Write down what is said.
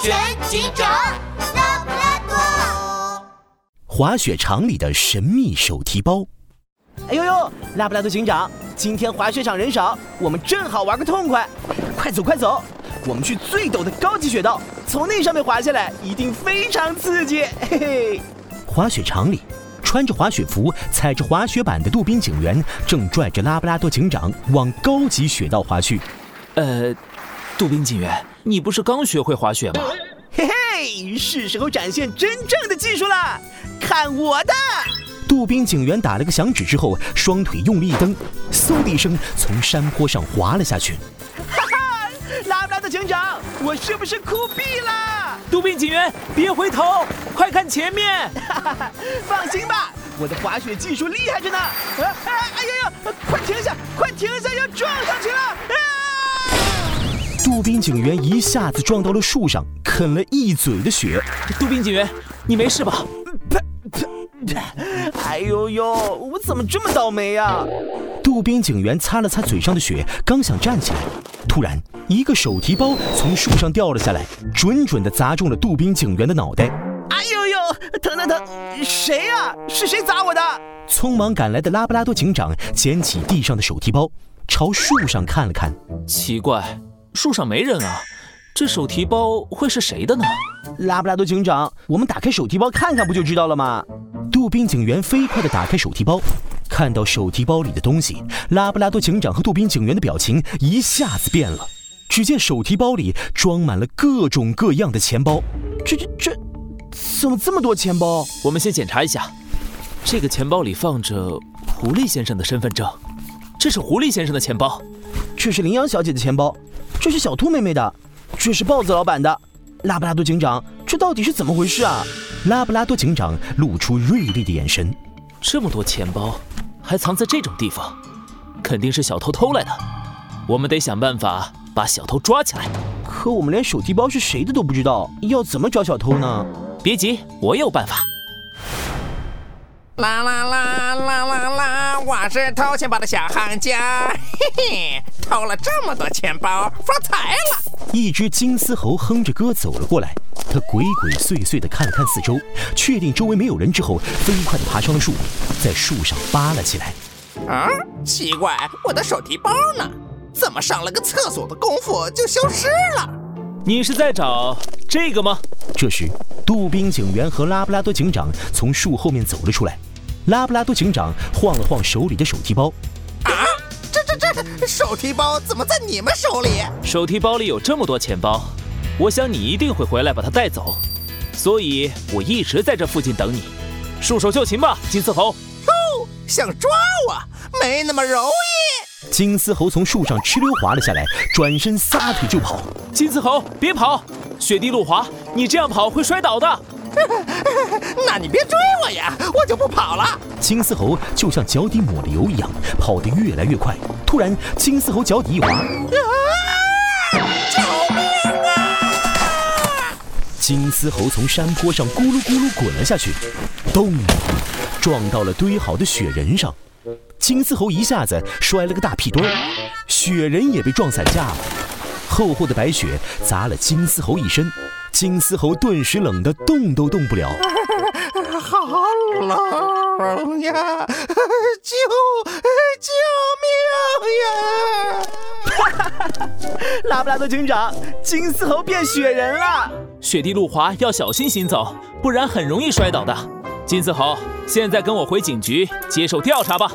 全警长拉布拉多。滑雪场里的神秘手提包。哎呦呦，拉布拉多警长，今天滑雪场人少，我们正好玩个痛快。快走快走，我们去最陡的高级雪道，从那上面滑下来一定非常刺激。嘿嘿，滑雪场里，穿着滑雪服、踩着滑雪板的杜宾警员正拽着拉布拉多警长往高级雪道滑去。呃，杜宾警员，你不是刚学会滑雪吗？嘿嘿，是时候展现真正的技术啦！看我的！杜宾警员打了个响指之后，双腿用力一蹬，嗖的一声从山坡上滑了下去。拉布拉多警长，我是不是酷毙啦？杜宾警员，别回头，快看前面！放心吧，我的滑雪技术厉害着呢。啊哎哎呀呀，快停下，快停下，要撞上去了！啊！杜宾警员一下子撞到了树上，啃了一嘴的雪。杜宾警员，你没事吧？哎呦呦，我怎么这么倒霉呀、杜宾警员擦了擦嘴上的雪，刚想站起来，突然一个手提包从树上掉了下来，准准地砸中了杜宾警员的脑袋。哎呦呦，疼疼疼！谁呀、是谁砸我的？匆忙赶来的拉布拉多警长捡起地上的手提包，朝树上看了看，奇怪，树上没人啊，这手提包会是谁的呢？拉布拉多警长，我们打开手提包看看不就知道了吗？杜宾警员飞快地打开手提包，看到手提包里的东西，拉布拉多警长和杜宾警员的表情一下子变了。只见手提包里装满了各种各样的钱包，这这这，怎么这么多钱包？我们先检查一下，这个钱包里放着狐狸先生的身份证，这是狐狸先生的钱包。这是羚羊小姐的钱包，这是小兔妹妹的，这是豹子老板的。拉布拉多警长，这到底是怎么回事啊？拉布拉多警长露出锐利的眼神。这么多钱包，还藏在这种地方，肯定是小偷偷来的。我们得想办法把小偷抓起来。可我们连手提包是谁的都不知道，要怎么找小偷呢？别急，我有办法。啦啦啦啦啦啦！我是偷钱包的小行家，嘿嘿，偷了这么多钱包，发财了！一只金丝猴哼着歌走了过来，它鬼鬼祟祟地看了看四周，确定周围没有人之后，飞快地爬上了树，在树上扒了起来。啊，奇怪，我的手提包呢？怎么上了个厕所的功夫就消失了？你是在找这个吗？这时，杜宾警员和拉布拉多警长从树后面走了出来。拉布拉多警长晃了晃手里的手提包，啊，这这这手提包怎么在你们手里？手提包里有这么多钱包，我想你一定会回来把它带走，所以我一直在这附近等你。束手就擒吧，金丝猴！哦想抓我没那么容易。金丝猴从树上哧溜滑了下来，转身撒腿就跑。金丝猴，别跑！雪地路滑，你这样跑会摔倒的。那你别追我呀，我就不跑了。金丝猴就像脚底抹了油一样，跑得越来越快。突然，金丝猴脚底一滑，金丝猴从山坡上咕噜咕噜滚了下去，咚，撞到了堆好的雪人上。金丝猴一下子摔了个大屁墩儿，雪人也被撞散架了。厚厚的白雪砸了金丝猴一身，金丝猴顿时冷得动都动不了。好冷呀！哎救救命呀！拉布拉多警长，金丝猴变雪人了。雪地路滑要小心行走，不然很容易摔倒的。金丝猴，现在跟我回警局接受调查吧。